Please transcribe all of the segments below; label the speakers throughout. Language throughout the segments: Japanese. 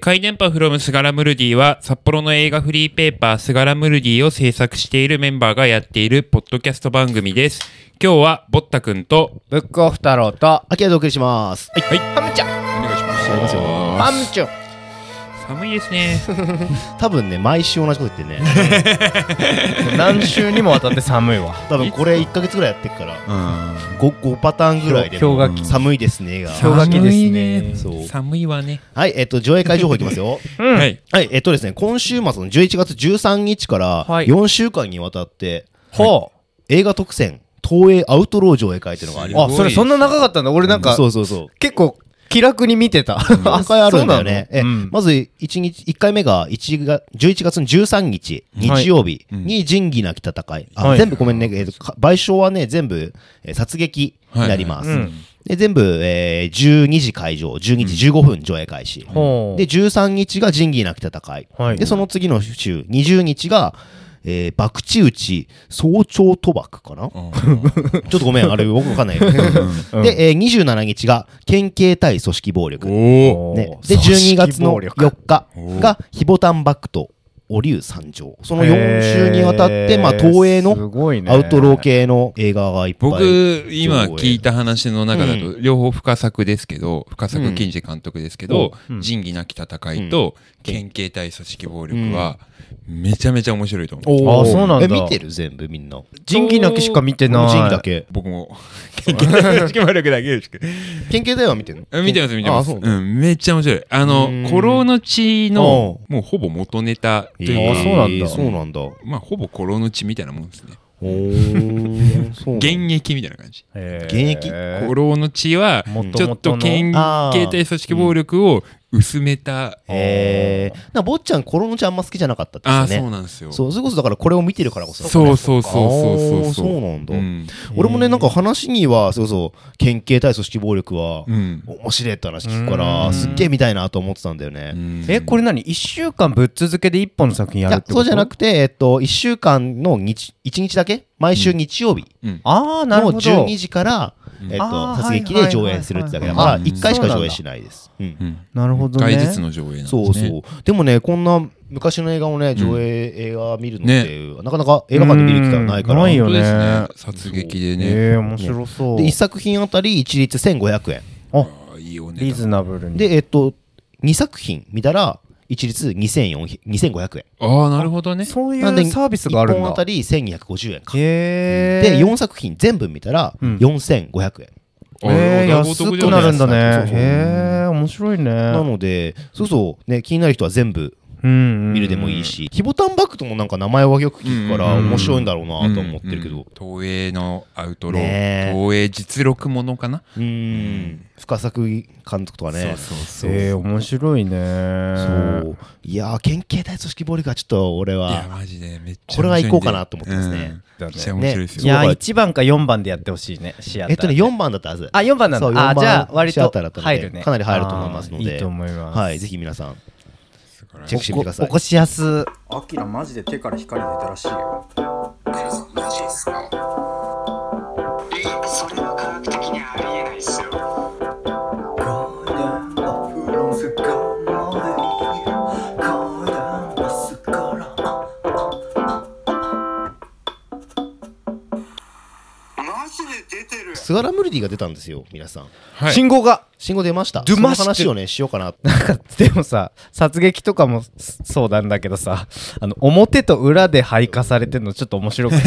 Speaker 1: 回電波 from スガラムルディは札幌の映画フリーペーパースガラムルディを制作しているメンバーがやっているポッドキャスト番組です。今日はぼったくんと、
Speaker 2: ブックオフ太郎と秋でお送りします。はいハムちゃん。
Speaker 1: お願いします。
Speaker 2: 違いますよ。ハムちゃん。
Speaker 1: 寒いですね。
Speaker 2: 多分ね毎週同じこと言ってる ね。
Speaker 3: 何週にもわたって寒いわ。
Speaker 2: 多分これ一ヶ月ぐらいやってるから
Speaker 3: うん。
Speaker 2: 五五パターンぐらいで
Speaker 3: 氷河期
Speaker 2: 寒いですねが。
Speaker 3: 氷河期ですね。
Speaker 2: そう
Speaker 1: 寒いわね。
Speaker 2: はいえっと上映会情報いきます よ。
Speaker 3: うん
Speaker 1: はい。
Speaker 2: はいえっとですね今週末の11月13日から
Speaker 3: はい
Speaker 2: 4週間にわたって
Speaker 3: ほ
Speaker 2: 映画特選東映アウトロー上映会っていうのがあり
Speaker 3: う。
Speaker 2: ま
Speaker 3: あ、それそんな長かったんだ。俺
Speaker 2: す。
Speaker 3: なんか
Speaker 2: そうそうそう。
Speaker 3: 結構気楽に見てた。
Speaker 2: 3回あるんだよね。
Speaker 3: そう
Speaker 2: え
Speaker 3: なのうん
Speaker 2: まず1日、1回目が1が11月の13日、日曜日に仁義なき戦い。あ
Speaker 3: はい
Speaker 2: 全部ごめんね、えーとか賠償はね、全部、えー殺撃になります。
Speaker 3: はいはいうん
Speaker 2: で全部、えー12時会場、12時15分上映開始。
Speaker 3: ほう。
Speaker 2: で、13日が仁義なき戦い。
Speaker 3: はい
Speaker 2: で、その次の週、20日が、えー、博打打ち早朝賭博かな、 ちょっとごめん、あれ僕 わかんない。で、えー、27日が県警対組織暴力。
Speaker 1: おお。
Speaker 2: ね、で12月の4日がひぼたんバックとおりゅう三条その4週にわたって、まあ、東映のアウトロー系の映画がいっぱい
Speaker 1: 僕、今聞いた話の中だと、両方深作ですけど、深作金次監督ですけど、仁義なき戦いと、県警対組織暴力は、めちゃめちゃ面白いと思う。
Speaker 3: あそうなんだ
Speaker 2: え見てる全部みんな
Speaker 3: 仁義なきしか見てない。
Speaker 2: ジンだ。 け
Speaker 1: 僕も、県警対組織暴力だけでしか。
Speaker 2: 県警では見てる
Speaker 1: あ見てます見てます
Speaker 2: あそううなんだ
Speaker 1: んめっちゃ面白いあの「古老の地」のもうほぼ元ネタという
Speaker 3: あ
Speaker 1: か、
Speaker 3: そうなんだ
Speaker 2: えーそうなんだ
Speaker 1: まあほぼ古老の地みたいなもんですね
Speaker 2: おーそうなんだ
Speaker 1: 現役みたいな感じ
Speaker 3: 現
Speaker 2: 現役
Speaker 1: 古老の地は
Speaker 3: 元々の
Speaker 1: ちょっと県
Speaker 2: あー
Speaker 1: 警対組織暴力を薄めた
Speaker 2: えーなんか坊ちゃんコロノちゃんあんま好きじゃなかったって言
Speaker 1: あ
Speaker 2: っ
Speaker 1: あ
Speaker 2: てた
Speaker 1: そ
Speaker 2: ね
Speaker 1: うなんですよそ
Speaker 2: そううそれこそだからこれを見てるからこそ
Speaker 1: そうそうそうそう
Speaker 2: あーそうなんだ
Speaker 1: うん
Speaker 2: 俺もねなんか話にはそうそう県警対組織暴力は
Speaker 1: うん
Speaker 2: 面白いって話聞くからすっげえ見たいなと思ってたんだよね、
Speaker 1: うん
Speaker 3: え、これ何一週間ぶっ続けで一本の作品や
Speaker 2: い
Speaker 3: るっ
Speaker 2: や
Speaker 3: てこと
Speaker 2: そうじゃなくて、えっと、1週間の日1日だけ毎週日曜日
Speaker 3: ああ、なるほ
Speaker 2: の
Speaker 3: ど。
Speaker 2: 12時から、えっ
Speaker 3: あー
Speaker 2: と、殺撃で上演するってだけだか
Speaker 3: はい
Speaker 2: ら
Speaker 3: はいはいはい
Speaker 2: 1回しか上映しないです、うん
Speaker 1: うん
Speaker 3: なるほ
Speaker 1: 一
Speaker 3: どね。
Speaker 1: 回ずつの上映なんですね
Speaker 2: そうそうでもねこんな昔の映画をね上映、映画見るのって、なかなか映画館で見る機会ないから
Speaker 3: うんないよ
Speaker 1: 本当ですね
Speaker 3: ね
Speaker 1: 殺撃でね
Speaker 3: ええ、面白そう。
Speaker 2: で1作品あたり一律1500円
Speaker 3: あ、
Speaker 1: あーいいお値
Speaker 3: リー
Speaker 1: 段
Speaker 3: ズナブルに。
Speaker 2: でえっと2作品見たら一律2400 2500円
Speaker 1: ああなるほどね
Speaker 3: そうい
Speaker 2: なんで
Speaker 3: うサービスがあるん
Speaker 2: 1本
Speaker 3: だ
Speaker 2: あた。り1250円か
Speaker 3: へ
Speaker 2: で
Speaker 3: え。
Speaker 2: 4作品全部見たら
Speaker 3: うん
Speaker 2: 4500円、
Speaker 1: あー
Speaker 3: えー、
Speaker 1: お得
Speaker 3: 安
Speaker 1: お得じ
Speaker 3: く
Speaker 1: ゃ
Speaker 3: な
Speaker 1: ない
Speaker 3: るんだ
Speaker 2: そう
Speaker 3: ね
Speaker 2: そう
Speaker 3: へえ面白いね
Speaker 2: なのでそうそうね気になる人は全部
Speaker 3: うん
Speaker 2: 見るでもいいし、ヒボタンバックともなんか名前はよく聞くから
Speaker 3: うん
Speaker 2: 面白いんだろうなと思ってるけど
Speaker 1: 東映のアウトロー、
Speaker 2: ねえ
Speaker 1: 東映実録ものかな、
Speaker 2: うん深作監督とかね
Speaker 1: そうそ
Speaker 3: ええ面白いね
Speaker 2: そういやー県警大組織ボリがちょっと俺
Speaker 1: いや
Speaker 2: は
Speaker 1: マジでめっちゃ
Speaker 2: これは
Speaker 1: 面白いんで
Speaker 2: 行こうかなと思ってますね、
Speaker 1: うんめっちゃ面白いですよ、
Speaker 3: いや1番か4番でやってほしいねシアタ
Speaker 2: え
Speaker 3: ー
Speaker 2: っとね4番だったはず
Speaker 3: あ4番なんだ
Speaker 2: そう
Speaker 3: あ
Speaker 2: 4番
Speaker 3: じゃあ割
Speaker 2: シア
Speaker 3: と
Speaker 2: ターだったので
Speaker 3: 入るね
Speaker 2: かなり入ると思いますので
Speaker 3: あーいいと思います
Speaker 2: はいぜひ皆さんチェックしてみてくださ
Speaker 3: お
Speaker 2: い
Speaker 3: こしやす
Speaker 4: アキラマジで手から光出たらしいよ
Speaker 5: マジですかえそれは科学的にありえないっすよマジで出てる
Speaker 2: スガラムルディが出たんですよ皆さん
Speaker 1: はい、
Speaker 3: 信号が
Speaker 2: 信号出ました
Speaker 3: 出ました
Speaker 2: その話をねしようかな
Speaker 3: でもさ殺撃とかもそうなんだけどさあの表と裏で配下されてるのちょっと面白く ない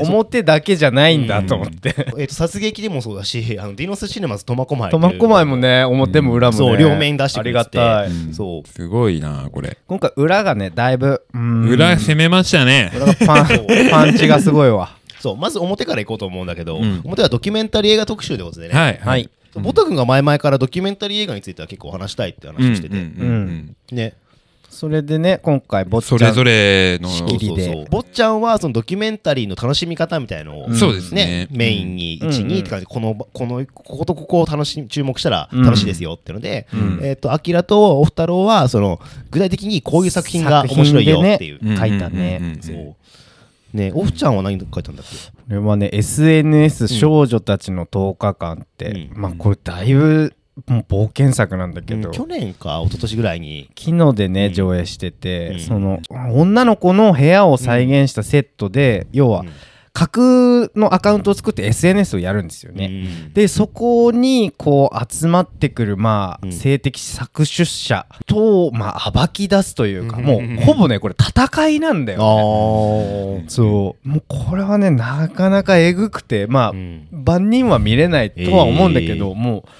Speaker 3: 表だけじゃないんだと思って
Speaker 2: えっと殺撃でもそうだしあのディノスシネマズ苫小牧
Speaker 3: 苫小牧もね表も裏もね
Speaker 2: そう両面出してくれて
Speaker 3: ありがたい
Speaker 1: うん
Speaker 2: そう
Speaker 1: すごいなこれ
Speaker 3: 今回裏がねだいぶうーん
Speaker 1: 裏攻めましたね
Speaker 3: なんかパンパンチがすごいわ
Speaker 2: そうまず表から行こうと思うんだけど、
Speaker 1: うん
Speaker 2: 表はドキュメンタリー映画特集でことでね、
Speaker 1: はい
Speaker 3: は
Speaker 1: はいい
Speaker 2: ボタ君が前々からドキュメンタリー映画については結構話したいって話をしてて、
Speaker 1: うんうんうん
Speaker 2: ね
Speaker 3: それでね今回ぼっちゃ
Speaker 1: そ
Speaker 3: ん
Speaker 1: れぞれの
Speaker 3: 仕切りで
Speaker 2: そうそうそう坊っちゃんはそのドキュメンタリーの楽しみ方みたいのを、
Speaker 1: んそうですね
Speaker 2: メインに
Speaker 3: うん
Speaker 2: 12、って感じでこのこのこことここを楽しみ注目したら
Speaker 3: うん
Speaker 2: 楽しいですよっていうので、
Speaker 1: ん
Speaker 2: えっ、とアキラとおふたろうはその具体的にこういう作品が面白いよっていう、
Speaker 3: 作品でね書いたね
Speaker 1: うんうんうんうん
Speaker 2: そうねオフちゃんは何書いたんだっ
Speaker 3: こ
Speaker 2: け
Speaker 3: れはね SNS 少女たちの10日間って、
Speaker 2: う
Speaker 3: まあこれだいぶもう冒険作なんだけ
Speaker 2: うん
Speaker 3: ど、
Speaker 2: 去年か一昨年ぐらいに
Speaker 3: 昨日でね、
Speaker 2: うん
Speaker 3: 上映してて、
Speaker 2: うん
Speaker 3: その女の子の部屋を再現したセットで、要は
Speaker 2: うん
Speaker 3: 架空のアカウントを作って SNS をやるんですよね。
Speaker 2: ね
Speaker 3: でそこにこう集まってくるま
Speaker 2: うん
Speaker 3: あ性的搾取者とまあ暴き出すというか
Speaker 2: うん
Speaker 3: もうほぼねこれ戦いなんだ
Speaker 2: ああ
Speaker 3: よそうもうこれはねなかなかえぐくてまあ
Speaker 2: うん
Speaker 3: 万人は見れないとは思うんだけど、
Speaker 2: えー
Speaker 3: もう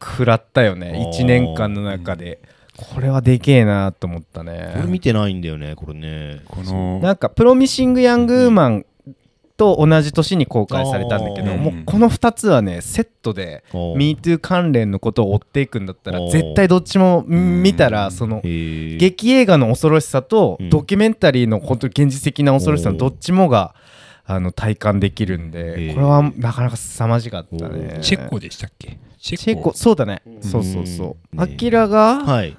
Speaker 3: 食らったよね
Speaker 2: あー
Speaker 3: 1年間の中でこれはでけえなと思った
Speaker 2: 俺見
Speaker 3: ね
Speaker 2: てないんだよねこれね
Speaker 1: この
Speaker 3: なんか「プロミシング・ヤング・ウーマン」と同じ年に公開されたんだけ
Speaker 1: あ
Speaker 3: ど
Speaker 1: ー
Speaker 3: もうこの2つはねセットで「
Speaker 2: おー
Speaker 3: MeToo」関連のことを追っていくんだったら
Speaker 2: おー
Speaker 3: 絶対どっちも見たらその
Speaker 2: へー
Speaker 3: 劇映画の恐ろしさと
Speaker 2: うん
Speaker 3: ドキュメンタリーの本当に現実的な恐ろしさのどっちもがあの体感できるん
Speaker 2: え
Speaker 3: で
Speaker 2: ー
Speaker 3: これはなかなか凄まじかった
Speaker 2: お
Speaker 3: ね
Speaker 1: チェコでしたっけチ
Speaker 3: チェコそうだねそうそうそうアキラが、
Speaker 2: はい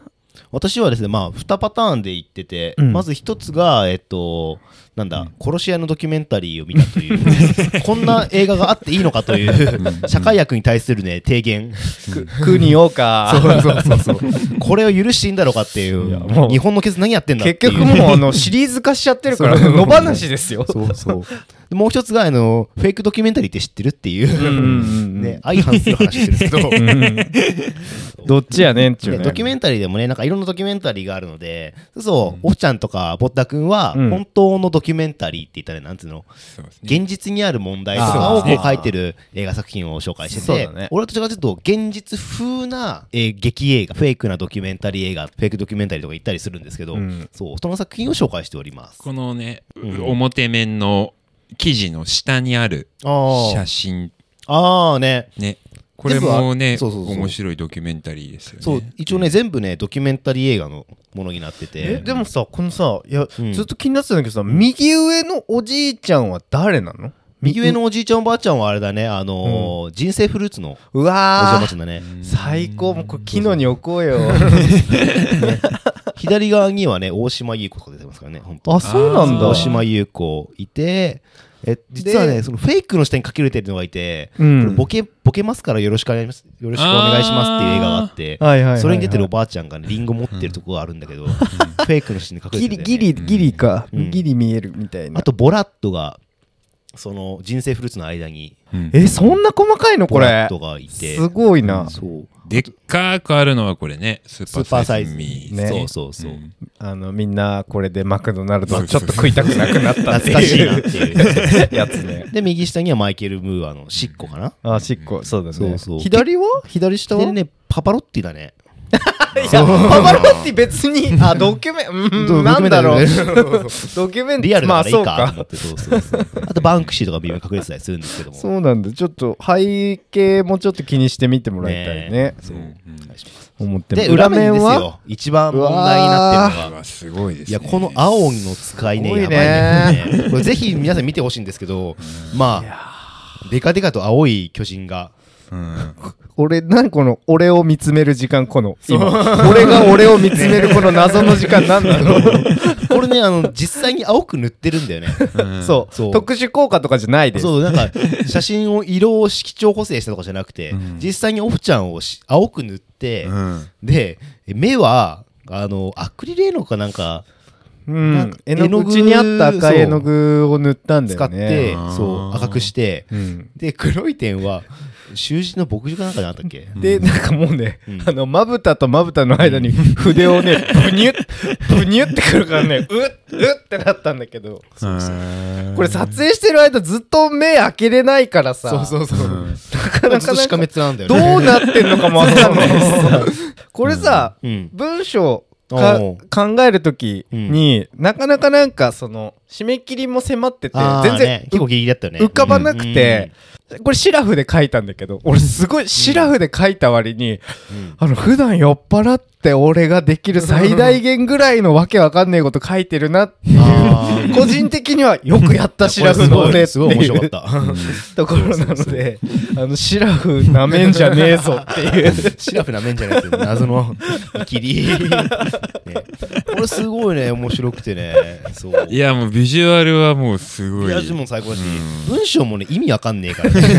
Speaker 2: 私はですねまあ2パターンで行ってて、
Speaker 3: うん
Speaker 2: まず1つがえっとなんだ、殺し屋のドキュメンタリーを見たという こんな映画があっていいのかという社会悪に対するね提言
Speaker 3: く国をか
Speaker 2: そうそ うそうこれを許していいんだろうかっていう
Speaker 3: もう
Speaker 2: 日本のケツ何やってんだって
Speaker 3: 結
Speaker 2: いう
Speaker 3: 局もうあのシリーズ化しちゃってるから 野放しですよ
Speaker 2: そうそうでもう一つがあのフェイクドキュメンタリーって知ってるってい
Speaker 3: うんう
Speaker 2: う、
Speaker 3: んうん
Speaker 2: ね、相反する話してるんですけ ど
Speaker 3: どっちやねんっちゅう
Speaker 2: ね、
Speaker 3: ね
Speaker 2: ドキュメンタリーでもね、なんかいろんなドキュメンタリーがあるので、そうそう、オフちゃんとかぼったくんは、
Speaker 3: うん
Speaker 2: 本当のドキュメンタリーって言ったら、なんつうの、
Speaker 1: そうですね
Speaker 2: 現実にある問題とかを
Speaker 3: あー
Speaker 2: こう書いてる映画作品を紹介して
Speaker 3: そうだ
Speaker 2: て、
Speaker 3: ね
Speaker 2: 俺たちがちょっと現実風な、えー劇映画、フェイクなドキュメンタリー映画、フェイクドキュメンタリーとか言ったりするんですけど、
Speaker 3: うん
Speaker 2: そう、その作品を紹介しております。
Speaker 1: このね、
Speaker 2: うん
Speaker 1: 表面の記事の下にある
Speaker 2: あー
Speaker 1: 写真
Speaker 2: あーね。
Speaker 1: ねこれもね
Speaker 2: 全部あそうそうそう
Speaker 1: 面白いドキュメンタリーですよね
Speaker 2: そう、一応ね、全部ね、ドキュメンタリー映画のものになって
Speaker 3: え
Speaker 2: て、
Speaker 3: でもさこのさいや、
Speaker 2: うん
Speaker 3: ずっと気になってたんだけどさ右上のおじいちゃんは誰なの
Speaker 2: 右上のおじいちゃんおばあちゃんはあれだね、あのー人生フルーツの
Speaker 3: う
Speaker 2: おじいちゃんおば
Speaker 3: わ
Speaker 2: あちゃんだね。
Speaker 3: 最高もうこれ昨日に置こうよ
Speaker 2: 左側にはね、大島優子とか出てますからね、本 当
Speaker 3: あそうなんだ
Speaker 2: 大島優子いて、え実はね、そのフェイクの下に隠れてるのがいて、
Speaker 3: うん
Speaker 2: これボケボケますからよろしくお願いしますよろしくお願いしますっていう映画があって、
Speaker 3: あーはいはいはいはい
Speaker 2: それに出てるおばあちゃんがね、リンゴ持ってるとこがあるんだけど、フェイクの下に隠れて
Speaker 3: ギ
Speaker 2: て、
Speaker 3: リギ
Speaker 2: ね。
Speaker 3: リギリか、
Speaker 2: うん
Speaker 3: ギリ見えるみたいな
Speaker 2: あと、ボラットが、その人生フルーツの間に、
Speaker 1: うん
Speaker 3: えそんな細かいのこ
Speaker 2: ボラ
Speaker 3: れ
Speaker 2: ットがいて、
Speaker 3: すごいな、
Speaker 2: そう
Speaker 1: でっかくあるのはこれねス
Speaker 2: ス
Speaker 1: ー
Speaker 2: ーパ
Speaker 1: パ
Speaker 2: ー
Speaker 1: ー
Speaker 2: サ
Speaker 1: サ
Speaker 2: イ
Speaker 1: イ
Speaker 2: ズ
Speaker 1: ズ
Speaker 2: に
Speaker 1: ミー
Speaker 3: ね
Speaker 2: そうそうそう。
Speaker 1: うん
Speaker 3: あのみんなこれでマクドナルド
Speaker 1: そ
Speaker 3: を
Speaker 1: う
Speaker 3: ちょ
Speaker 1: そう
Speaker 3: っ
Speaker 1: そう
Speaker 3: と食いたくなくなったって
Speaker 2: 懐かしいなっ
Speaker 3: いう
Speaker 2: ていう。
Speaker 3: やつね
Speaker 2: で、右下にはマイケル・ムーアのシッコかな。
Speaker 3: あしっこそうだね
Speaker 2: そうそう
Speaker 3: 左は左下は
Speaker 2: でね、パパロッティだね。
Speaker 3: いやパパロッティ別に あドキュメン
Speaker 2: そ
Speaker 3: うん
Speaker 2: う
Speaker 3: なんだろう
Speaker 2: ドキュメンタリー だ
Speaker 3: ドキュメン
Speaker 2: リアル
Speaker 3: ま
Speaker 2: だ
Speaker 3: あ
Speaker 2: から
Speaker 3: そ
Speaker 2: い
Speaker 3: う
Speaker 2: いかと思
Speaker 3: か
Speaker 2: って、そうそうそう。 あと、バンクシーとか微妙に隠れてたりするんですけども。
Speaker 3: そうなんだちょっと背景もちょっと気にしてみてもらいたいね
Speaker 2: そう
Speaker 1: うん
Speaker 3: 思っても
Speaker 2: で、裏面ですよ。一番問題になってるの
Speaker 1: う
Speaker 2: が。
Speaker 1: わすごいです
Speaker 2: い
Speaker 1: ね
Speaker 2: や、この青の使いね、
Speaker 3: すごい
Speaker 2: や
Speaker 3: ね
Speaker 2: ばいね。これぜひ皆さん見てほしいんですけど、まあ、でかでかと青い巨人が。
Speaker 1: うん
Speaker 3: 俺なんこの俺を見つめる時間この今 俺が俺を見つめるこの謎の時間なんだ ろ
Speaker 2: これね、あの、実際に青く塗ってるんだよね。
Speaker 3: うそう
Speaker 2: そう
Speaker 3: 特殊効果とかじゃないです
Speaker 2: そう、なんか、写真を色を色調補正したとかじゃなくて、実際にオフちゃんをし青く塗って、
Speaker 1: うん
Speaker 2: で、目は、あの、アクリル絵の具かなんか
Speaker 3: うん
Speaker 2: なんか
Speaker 3: 絵の
Speaker 2: 絵の
Speaker 3: 具
Speaker 2: 具
Speaker 3: うちにあった赤い絵の具を塗ったんだ
Speaker 2: 使
Speaker 3: よ
Speaker 2: って、
Speaker 3: ね
Speaker 1: あー
Speaker 2: そう、赤くして、
Speaker 3: うん
Speaker 2: で、黒い点は、囚人の牧場かなんかにあったっけ
Speaker 3: でなんかもうね、
Speaker 2: うん
Speaker 3: あのまぶたとまぶたの間に筆を ねブニュッブニュッてくるからねうっうっってなったんだけどこれ撮影してる間ずっと目開けれないからさ
Speaker 2: うそうそう。
Speaker 3: なかな
Speaker 2: ずっ
Speaker 3: か
Speaker 2: と
Speaker 3: な
Speaker 2: し
Speaker 3: ん
Speaker 2: か
Speaker 3: か
Speaker 2: めつなんだよ
Speaker 3: ど
Speaker 2: ね。
Speaker 3: うなってんのかもわかんないしさこれさ、
Speaker 2: うん。
Speaker 3: 文章か
Speaker 2: おう
Speaker 3: 考えるときに、なかなかなんかその締め切りも迫ってて
Speaker 2: あー
Speaker 3: 全
Speaker 2: ね
Speaker 3: 然、
Speaker 2: 結構ギリギリだったよね。
Speaker 3: 浮かばなくて、これシラフで書いたんだけど俺すごいシラフで書いた割に、あの普段酔っ払って俺ができる最大限ぐらいのわけわかんねえこと書いてるな っていう
Speaker 2: あー
Speaker 3: 個人的にはよくやったシラフの 俺って
Speaker 2: すごい面白か
Speaker 3: い
Speaker 2: っ
Speaker 3: う
Speaker 2: た。
Speaker 3: ところなのであのシラフなめんじゃ ねえぞっていう
Speaker 2: シラフな面じゃないですよ。謎のイキリ。ねこれすごいね、面白くてね。そう。
Speaker 1: いや、もうビジュアルはもうすごい。
Speaker 2: いや、でも最高だし、文章もね、意味わかんねえからね。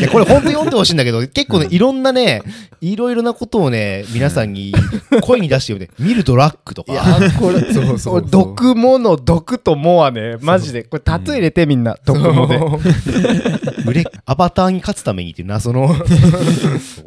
Speaker 2: いやこれ本当に読んでほしいんだけど、結構ね、いろんなね、いろいろなことをね、皆さんに声に出して読んで、見るドラッグと
Speaker 3: いや
Speaker 2: か。
Speaker 3: これ
Speaker 6: そうそうそう
Speaker 3: 俺毒もの毒ともはねマジでこれタトゥー入れてみんな毒もで
Speaker 2: 売れ、アバターに勝つためにっていう謎の。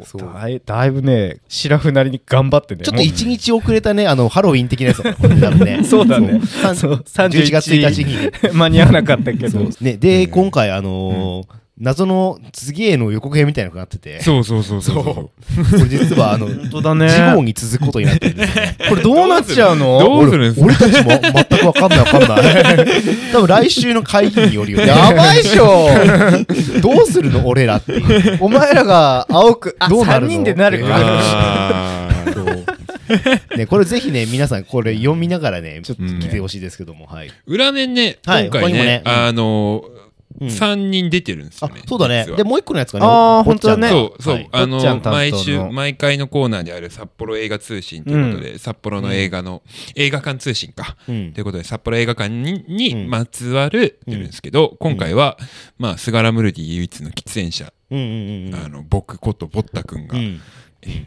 Speaker 6: そう
Speaker 3: だいだいぶねシラフなりに頑張ってね
Speaker 2: ちょっと一日遅れたね、あの、ハロウィン的なやつだもんね多分ね。
Speaker 3: そうだね
Speaker 2: そう
Speaker 3: そう
Speaker 2: さん11月1日に。
Speaker 3: もう 間に合わなかったけど
Speaker 2: ね、で、今回、あのー謎の次への予告編みたいなのがなってて、
Speaker 1: そうそうそうそうそう。
Speaker 2: これ実は、あの、次
Speaker 3: 当だね
Speaker 2: 号に続くことになってるんですよね。
Speaker 3: これどうなっちゃうの
Speaker 1: どうするんですか
Speaker 2: 俺たちも全くわかんないわかんない。多分来週の会議によるよね。やばいっしょ どうするの俺らっていう。
Speaker 3: お前らが青くあ
Speaker 2: どうな
Speaker 3: 3
Speaker 2: るの
Speaker 3: 人でなるか
Speaker 1: あ ー
Speaker 2: ね、これぜひね、皆さんこれ読みながらね、ちょっと
Speaker 1: うん
Speaker 2: 聞いてほしいですけども、はい。
Speaker 1: 裏面ね、
Speaker 2: はい
Speaker 1: 今回ね、
Speaker 2: 他にもねうん
Speaker 1: あのー、
Speaker 2: うん
Speaker 1: 3人出てるんですよ
Speaker 2: あ
Speaker 1: ね。、
Speaker 2: そうだね。
Speaker 1: 実は
Speaker 2: で、もう一個のやつがね、
Speaker 3: あー
Speaker 2: 坊ちゃんが
Speaker 1: そうそう、
Speaker 2: はい
Speaker 1: あ
Speaker 3: 坊ちゃん
Speaker 1: の
Speaker 3: 担当の
Speaker 1: 毎週毎回のコーナーである札幌映画通信ということで、札幌の映画の、映画館通信か、
Speaker 2: うん
Speaker 1: ということで札幌映画館にに
Speaker 2: うん
Speaker 1: まつわるっていうんですけど、今回は、まあ、スガラムルディ唯一の喫煙者、
Speaker 2: うんうんうんうん
Speaker 1: あの僕ことぼったくんが、
Speaker 2: うん。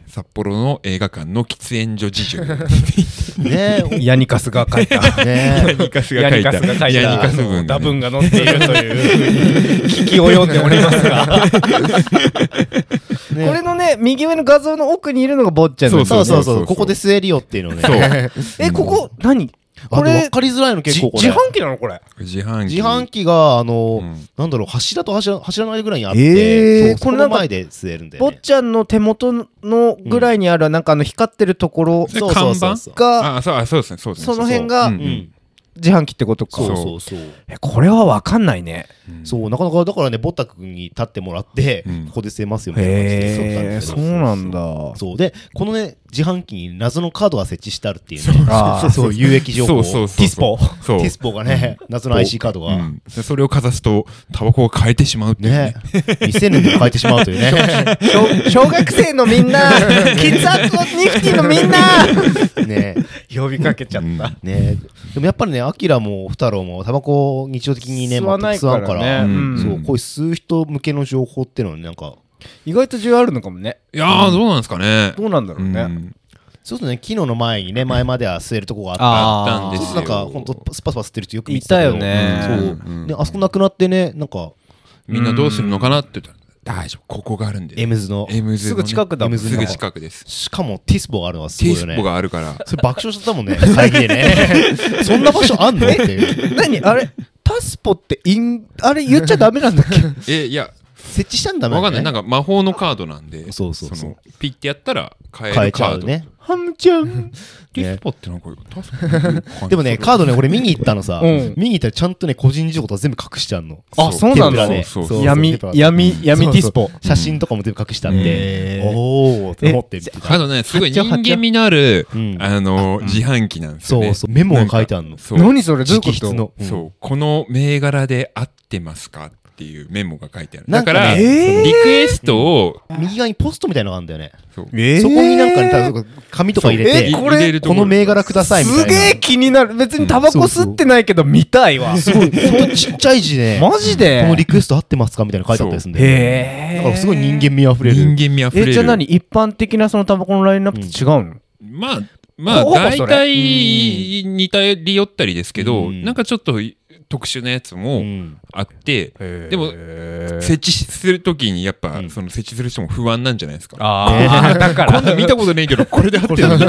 Speaker 1: 札幌の映画館の喫煙所事情
Speaker 2: ね
Speaker 3: らヤニカスが書いた
Speaker 2: ね
Speaker 1: ニカス
Speaker 3: ヤニカスが書いた
Speaker 1: ヤニカス
Speaker 3: あの
Speaker 1: 文
Speaker 3: ダ
Speaker 1: がね、
Speaker 3: ブンが載っているという聞き及んでおります が
Speaker 2: ね
Speaker 3: これのね右上の画像の奥にいるのが坊ちゃん
Speaker 1: そ
Speaker 3: の
Speaker 1: う
Speaker 2: そうそう
Speaker 1: そう
Speaker 2: そ、
Speaker 1: そうう
Speaker 2: ここで吸えるよっていうのをね。
Speaker 3: えここ何
Speaker 2: あ
Speaker 3: こ
Speaker 2: れ分
Speaker 3: れ
Speaker 2: かりづらいの結
Speaker 3: じ
Speaker 2: 構これ。
Speaker 3: 自販機なのこれ
Speaker 1: 自販機
Speaker 2: 自販機が、あの、
Speaker 1: うん
Speaker 2: なんだろう、柱と柱柱の間ぐらいにあって、
Speaker 3: えー
Speaker 2: そうそこ
Speaker 3: これ
Speaker 2: の
Speaker 3: なんか
Speaker 2: 前で吸えるんだ
Speaker 3: 坊
Speaker 2: よね。
Speaker 3: ちゃんの手元のぐらいにあるなんかあの光ってるところ
Speaker 1: で看板
Speaker 3: が
Speaker 1: あそうあそうですねそうですね
Speaker 3: その辺が
Speaker 1: うん
Speaker 2: う
Speaker 1: うんん。
Speaker 3: 自販機ってことか
Speaker 2: そうそうそう。
Speaker 3: えこれは分かんないね
Speaker 2: そう、なかなか、だからね、ぼったくんに立ってもらって、
Speaker 1: うん
Speaker 2: ここで吸えますよ、みたいな感じで吸ったん
Speaker 3: へえ
Speaker 2: です
Speaker 3: そ
Speaker 2: よ
Speaker 3: うなんだ
Speaker 2: そうで、このね、自販機に謎のカードが設置してあるっていうね、
Speaker 3: あー
Speaker 2: そう、有益情報。
Speaker 1: そうそうそう
Speaker 2: ティスポ。
Speaker 1: そう
Speaker 2: ティスポがね、謎の IC カードが。
Speaker 1: うんでそれをかざすとタバコを変えてしまうっていう
Speaker 2: ね
Speaker 1: ね、
Speaker 2: 未成年でも変えてしまうというね。
Speaker 3: 小小学生のみん なキッズアットニフティのみんな
Speaker 2: ね
Speaker 3: 呼びかけちゃった
Speaker 2: ねでもやっぱりね、アキラも、ふたろうも、タバコを日常的にね、
Speaker 3: 吸わない
Speaker 2: 全く吸
Speaker 3: か
Speaker 2: わん
Speaker 3: らね
Speaker 1: うん
Speaker 2: そう、こういう吸う人向けの情報っていうのはね、なんか、
Speaker 3: 意外と重要あるのかもね
Speaker 1: いやーどうなんですかね
Speaker 3: どうなんだろう
Speaker 1: う
Speaker 3: ね
Speaker 1: ん
Speaker 2: そうするとね、昨日の前にね、前までは吸えるとこがあっ
Speaker 1: あったん
Speaker 2: た。
Speaker 1: で
Speaker 2: そう
Speaker 1: す
Speaker 2: す
Speaker 1: よ
Speaker 2: るとなんか、ほんと、スパスパ吸ってる人よく見てたけど。
Speaker 3: いたよ
Speaker 1: ね
Speaker 2: そう
Speaker 1: う。ん
Speaker 2: ね、あそこなくなってね、なんか、
Speaker 1: みんなどうするのかなって言ったら大丈夫ここがあるんで
Speaker 2: エムズの、
Speaker 1: エムズ
Speaker 3: す
Speaker 1: の
Speaker 3: ぐ
Speaker 1: ね
Speaker 3: 近くだもん
Speaker 2: エムズ
Speaker 1: す
Speaker 2: の
Speaker 1: ぐ近くです
Speaker 2: しかもティスポがあるのはす
Speaker 1: テ
Speaker 2: ご
Speaker 1: ィ
Speaker 2: いよ
Speaker 1: ス
Speaker 2: ね
Speaker 1: ポ。がある から
Speaker 2: それ爆笑しちゃったもんね、会議 でね。そんな場所あんのっていう。
Speaker 3: 何あれタスポってインあれ言っちゃダメなんだっけ
Speaker 1: えいや
Speaker 2: 設置したんだも
Speaker 1: わ
Speaker 2: んね。
Speaker 1: かんないなんか魔法のカードなんで
Speaker 2: そうそうそう
Speaker 1: のピッてやったら変え
Speaker 2: 変え
Speaker 1: る
Speaker 2: ち
Speaker 1: カ
Speaker 2: ゃ
Speaker 1: ー
Speaker 2: う
Speaker 1: ド
Speaker 2: ね。
Speaker 3: ハムちゃん
Speaker 1: ティスポってなんか確かに
Speaker 2: でもね、カードね、俺見に行ったのさ、
Speaker 3: うん
Speaker 2: 見に行ったらちゃんとね、個人情報とか全部隠しちゃうの。
Speaker 3: あそうなんだ
Speaker 2: テープね
Speaker 1: そうそう
Speaker 2: そう
Speaker 3: 闇
Speaker 2: テープだ
Speaker 3: 闇闇ティスポ
Speaker 2: 写真とかも全部隠したんで、
Speaker 3: うん
Speaker 2: おーって思って見てた
Speaker 1: カードねすごい人間味のある
Speaker 2: うん
Speaker 1: あの自販機なんですよ
Speaker 2: そう
Speaker 1: ね
Speaker 2: そう、メモが書いてあるの。
Speaker 1: そう
Speaker 3: 何それどうい
Speaker 2: 直
Speaker 3: うこ
Speaker 2: 筆
Speaker 3: と
Speaker 2: の。
Speaker 1: そうう、この銘柄で合ってますかっていうメモが書いてある。だ
Speaker 2: なんか
Speaker 1: か
Speaker 2: ね
Speaker 1: ら、
Speaker 2: えー
Speaker 1: リクエストを、
Speaker 2: ん右側にポストみたいなのがあるんだよね。
Speaker 1: そう
Speaker 3: え
Speaker 2: そこになんかね、多分紙とか入れ
Speaker 1: い
Speaker 2: て、
Speaker 3: これ
Speaker 1: 入ると
Speaker 2: こ
Speaker 1: ろ
Speaker 2: の銘柄くださいみたいな。
Speaker 3: すげえ気になる別にタバコ吸ってないけど見たいわ
Speaker 2: すごい、ほんとちっちゃい字で、
Speaker 3: マジで
Speaker 2: このリクエスト合ってますかみたいなの書いてあったりするんで。
Speaker 3: へえ
Speaker 2: だからすごい人間味あふれ
Speaker 1: 人
Speaker 2: る。
Speaker 1: 間味あふれ
Speaker 3: え
Speaker 1: る。
Speaker 3: じゃあ何一般的なそのタバコのラインナップと違うの
Speaker 1: まあ、まあ、
Speaker 3: ほぼそれ
Speaker 1: 大体似たり寄ったりですけど、
Speaker 2: うん
Speaker 1: なんかちょっと特殊なやつ
Speaker 2: う
Speaker 1: も
Speaker 2: ん
Speaker 1: あって、でも、設置するときにやっぱ、その設置する人も不安なんじゃないです か。
Speaker 3: ああだか
Speaker 1: こんなん見たことないけど、これで合ってるんだ。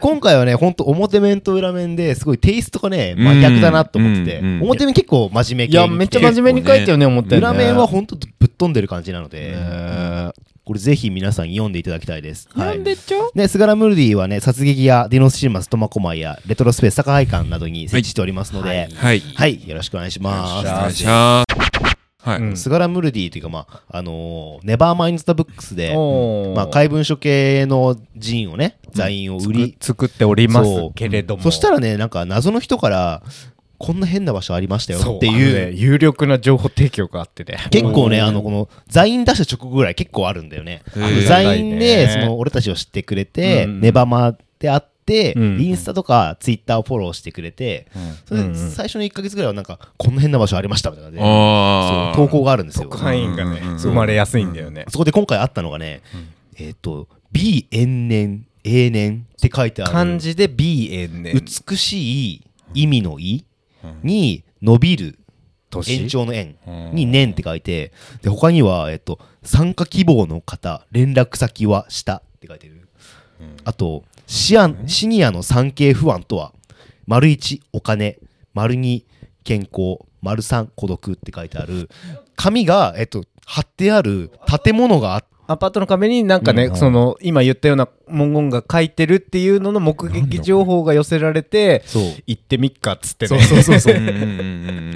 Speaker 2: 今回はね、ほんと表面と裏面ですごいテイストがね、真逆だなと思ってて、
Speaker 1: うんうんうん
Speaker 2: 表面結構真面目
Speaker 3: い
Speaker 2: 系
Speaker 3: や
Speaker 2: に
Speaker 3: めっ
Speaker 2: 来
Speaker 3: ち
Speaker 2: て
Speaker 3: ゃ真面目に書いてよね思ったよね
Speaker 2: 裏面はほんとぶっ飛んでる感じなので、
Speaker 3: え
Speaker 2: これぜひ皆さん読んでいただきたいです。
Speaker 3: ー
Speaker 2: は
Speaker 3: な
Speaker 2: い
Speaker 3: んでちょ
Speaker 2: ね、スガラムルディはね、殺撃やディノスシーマス、苫小牧やレトロスペース、高い館などに設置しておりますので、はい、
Speaker 1: はい。
Speaker 2: よろしくお願いし
Speaker 1: お
Speaker 2: ます。
Speaker 1: 願いします。はい。
Speaker 2: スガラムルディというか、まあ、あのーネバーマインズ・ザ・ブックスで、
Speaker 3: おー
Speaker 2: まあ、怪文書系の寺院をね、座員を売り、
Speaker 3: 作っております
Speaker 2: そう
Speaker 3: けれども
Speaker 2: そした
Speaker 3: ら
Speaker 2: らね、なんか謎の人から、こんな変な場所ありましたよっていう、
Speaker 3: 有力な情報提供があってね
Speaker 2: 結構ね、あの、この、座員出した直後ぐらい結構あるんだよね。
Speaker 1: へー
Speaker 2: 座員
Speaker 3: あり
Speaker 2: で、
Speaker 3: がたいね
Speaker 2: その、俺たちを知ってくれて、
Speaker 3: うん
Speaker 2: ネバマであっって、
Speaker 3: うん
Speaker 2: インスタとかツイッターをフォローしてくれて、それ
Speaker 3: うん
Speaker 2: で最初の1か月ぐらいはなんかこんな変な場所ありましたみたいな感じで
Speaker 1: ああ
Speaker 2: そう投稿があるんですよ
Speaker 3: 特派員がね、生まれやすいんだよね。
Speaker 2: そこで今回あったのがね、えっ、と「美延年永年」って書いてある
Speaker 3: 漢字で B 縁ね。
Speaker 2: 美しい意味の「い」に「伸びる」延長の円に年って書いて、で、他には、えっと、参加希望の方、連絡先は下って書いてる。あと、シアシニアの産経不安とは、丸一お金、丸二健康、丸三孤独って書いてある、紙が、えっと、貼ってある建物があって、
Speaker 3: アパートの壁になんかね、その今言ったような文言が書いてるっていうのの目撃情報が寄せられて
Speaker 2: そう
Speaker 3: 行ってみっかっつってね
Speaker 2: そうそうそうそう
Speaker 1: うんうんうんう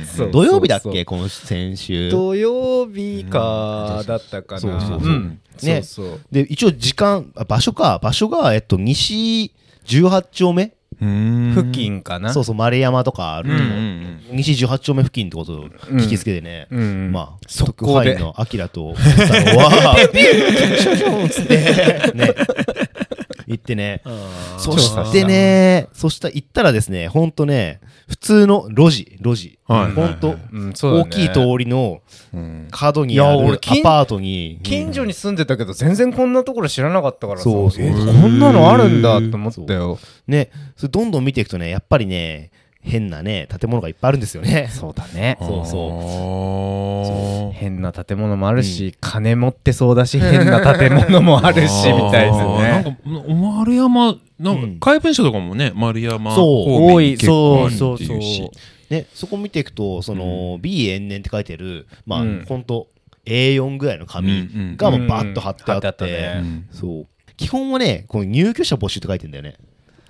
Speaker 1: ん
Speaker 3: そう
Speaker 2: 土曜日だっ
Speaker 3: そうそ
Speaker 2: け、この先
Speaker 3: う。
Speaker 2: 週
Speaker 3: 土曜日かだったかな
Speaker 2: そうそう
Speaker 1: そうん
Speaker 2: ね
Speaker 3: そうそう
Speaker 2: で、一応時間、あ場所か、場所が、えっと、西18丁目
Speaker 1: う ーん
Speaker 3: 付近かな
Speaker 2: そうそう、丸山とかある
Speaker 1: うん
Speaker 2: と
Speaker 1: う
Speaker 2: こ
Speaker 1: ん
Speaker 2: 西18丁目付近ってことを聞きつけてね、
Speaker 3: うんうん
Speaker 2: まあ、
Speaker 3: 速
Speaker 2: 特
Speaker 3: 攻
Speaker 2: 派
Speaker 3: で
Speaker 2: 員のアキラと、 太郎は、 シュシュンっつって、ね、行ってね、そしてね、そしたら行ったらですね、ほんとね、普通の路地、路地、
Speaker 1: はい
Speaker 2: ほんと、
Speaker 3: うんそうだね
Speaker 2: 大きい通りの
Speaker 1: うん
Speaker 2: 角にあ
Speaker 3: いや
Speaker 2: る
Speaker 3: 俺
Speaker 2: ア
Speaker 3: 近
Speaker 2: パートに、
Speaker 3: 近所に住んでたけど全然こんなところ知らなかったからさ
Speaker 2: そうそう
Speaker 3: えこんなのあるんだと思ったよ
Speaker 2: ね、それどんどん見ていくとね、やっぱりね、変なね、建物がいっぱいあるんです よね。
Speaker 3: そうだね
Speaker 2: そうそう
Speaker 1: そ
Speaker 3: 変な建物もあるし金持ってそうだし変な建物もあるしみ たいなね
Speaker 1: なんか丸山なんか
Speaker 2: うん
Speaker 1: 怪文書とかもね丸山
Speaker 2: そう
Speaker 1: 方面に結構
Speaker 2: 多い
Speaker 1: あるっていうし
Speaker 2: そうそうね、そこ見ていくと、その、B 延年って書いてる、まあ、
Speaker 3: うん
Speaker 2: ほんと、A4 ぐらいの
Speaker 1: うんうん
Speaker 2: 紙がもうバッと貼ってあ
Speaker 3: うん貼ってあ
Speaker 2: っ
Speaker 3: った
Speaker 1: う
Speaker 3: ね
Speaker 2: て、
Speaker 1: ん
Speaker 2: そう。基本はね、この入居者募集って書いてんだよね。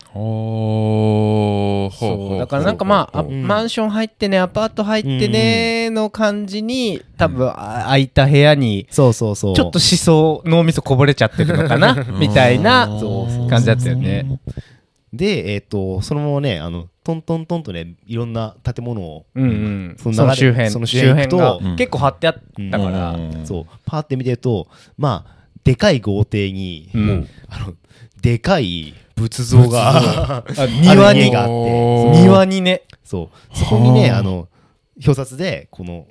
Speaker 1: ほーほうほうほ
Speaker 3: そううだからなんかまああ
Speaker 1: ほう
Speaker 2: うん
Speaker 3: マンション入ってねアパート入ってねの感じに多分あ空いた部屋に
Speaker 2: そうそうそう。
Speaker 3: ちょっと思想脳みそこぼれちゃってるのかなみたいな感じだったよね。
Speaker 2: で、えっ、と、そのままね、あの、トントントンとね、いろんな建物を、
Speaker 3: うんうん
Speaker 2: そ
Speaker 3: そ
Speaker 2: の
Speaker 3: の
Speaker 2: 周
Speaker 3: 周
Speaker 2: 辺
Speaker 3: 辺
Speaker 2: その周辺
Speaker 3: が
Speaker 2: と
Speaker 1: うん
Speaker 3: 結構張ってあったか
Speaker 1: う
Speaker 3: ら
Speaker 1: ん
Speaker 2: そう、パーって見てると、まあ、でかい豪邸に、
Speaker 3: うん
Speaker 2: あの、でかい仏像が、
Speaker 3: あ
Speaker 2: 庭
Speaker 3: 庭
Speaker 2: に
Speaker 3: に
Speaker 2: があって、
Speaker 3: 庭にね
Speaker 2: そう。そこにね、
Speaker 1: はあ
Speaker 2: あの、表札で、この、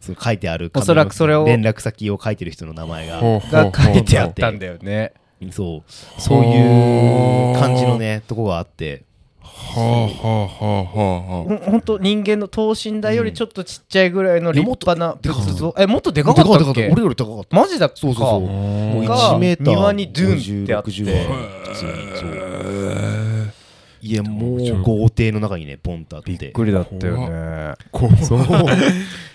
Speaker 2: そう書いてある紙の、
Speaker 3: おそらくそれを
Speaker 2: 連絡先を書いてる人の名前が、
Speaker 1: ほうほうほう
Speaker 3: が書いてあ
Speaker 2: ほうほうほう
Speaker 3: ったんだよね
Speaker 2: そう、そういう感じのね、とこがあって、
Speaker 1: ほうほうほうほうほ
Speaker 3: ほんほんと人間の等身大よりちょっとちっちゃいぐらいの立派な仏像えもっとでかかったっけ
Speaker 2: 俺より高かった。
Speaker 3: マジだっけ
Speaker 2: そうそうそう。もう
Speaker 3: が
Speaker 2: 1メーター。
Speaker 3: 庭にドゥンってあって
Speaker 2: 50 60は普通にそう。いや、もう豪邸の中にね、ポンとあって。びっ
Speaker 3: りだったよね
Speaker 1: う
Speaker 2: そう。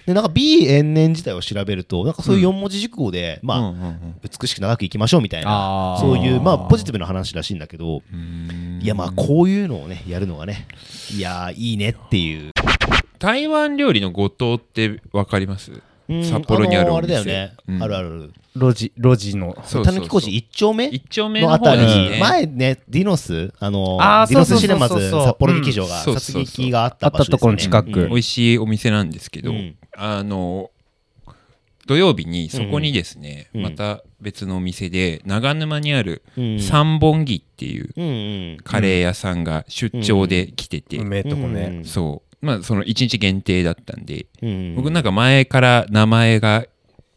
Speaker 2: で、なんか B 延年自体を調べると、なんかそういう四文字熟語で、まあ、
Speaker 1: うんうんうん
Speaker 2: 美しく長く生きましょうみたいな
Speaker 3: あー
Speaker 2: そういうまあポジティブな話らしいんだけどいやまあこういうのをねやるのがねいやーいいねっていう
Speaker 1: 台湾料理の五島ってわかります
Speaker 2: うん
Speaker 1: 札幌にある
Speaker 2: の
Speaker 1: お
Speaker 2: あれだよ
Speaker 1: 店
Speaker 2: ね
Speaker 1: うん
Speaker 2: あるある
Speaker 3: 路地路地の
Speaker 1: そう
Speaker 2: た
Speaker 1: そう
Speaker 2: ぬ
Speaker 1: そう
Speaker 2: き工事一丁目
Speaker 1: 一丁目
Speaker 2: の
Speaker 1: の
Speaker 2: あた
Speaker 1: 方
Speaker 2: り
Speaker 1: にね
Speaker 2: 前ねディノスあの
Speaker 3: あー
Speaker 2: ディノス
Speaker 3: そう
Speaker 2: シ
Speaker 3: そう
Speaker 2: ネ
Speaker 3: そうそ
Speaker 2: マ
Speaker 3: う
Speaker 2: ズ札幌劇場が
Speaker 1: うん
Speaker 2: 殺撃があった場所
Speaker 3: あったと
Speaker 2: です
Speaker 3: ころの近く
Speaker 2: うん
Speaker 1: 美味しいお店なんですけど、
Speaker 2: うん
Speaker 1: あの土曜日にそこにですね、
Speaker 2: うん
Speaker 1: また別のお店で長沼にある
Speaker 2: うん
Speaker 1: 三本木っていう
Speaker 2: うんうん
Speaker 1: カレー屋さんが出張で来てて、
Speaker 3: うめえとこね、
Speaker 2: うん
Speaker 1: そうまあその1日限定だったんで、
Speaker 2: うん
Speaker 1: 僕なんか前から名前が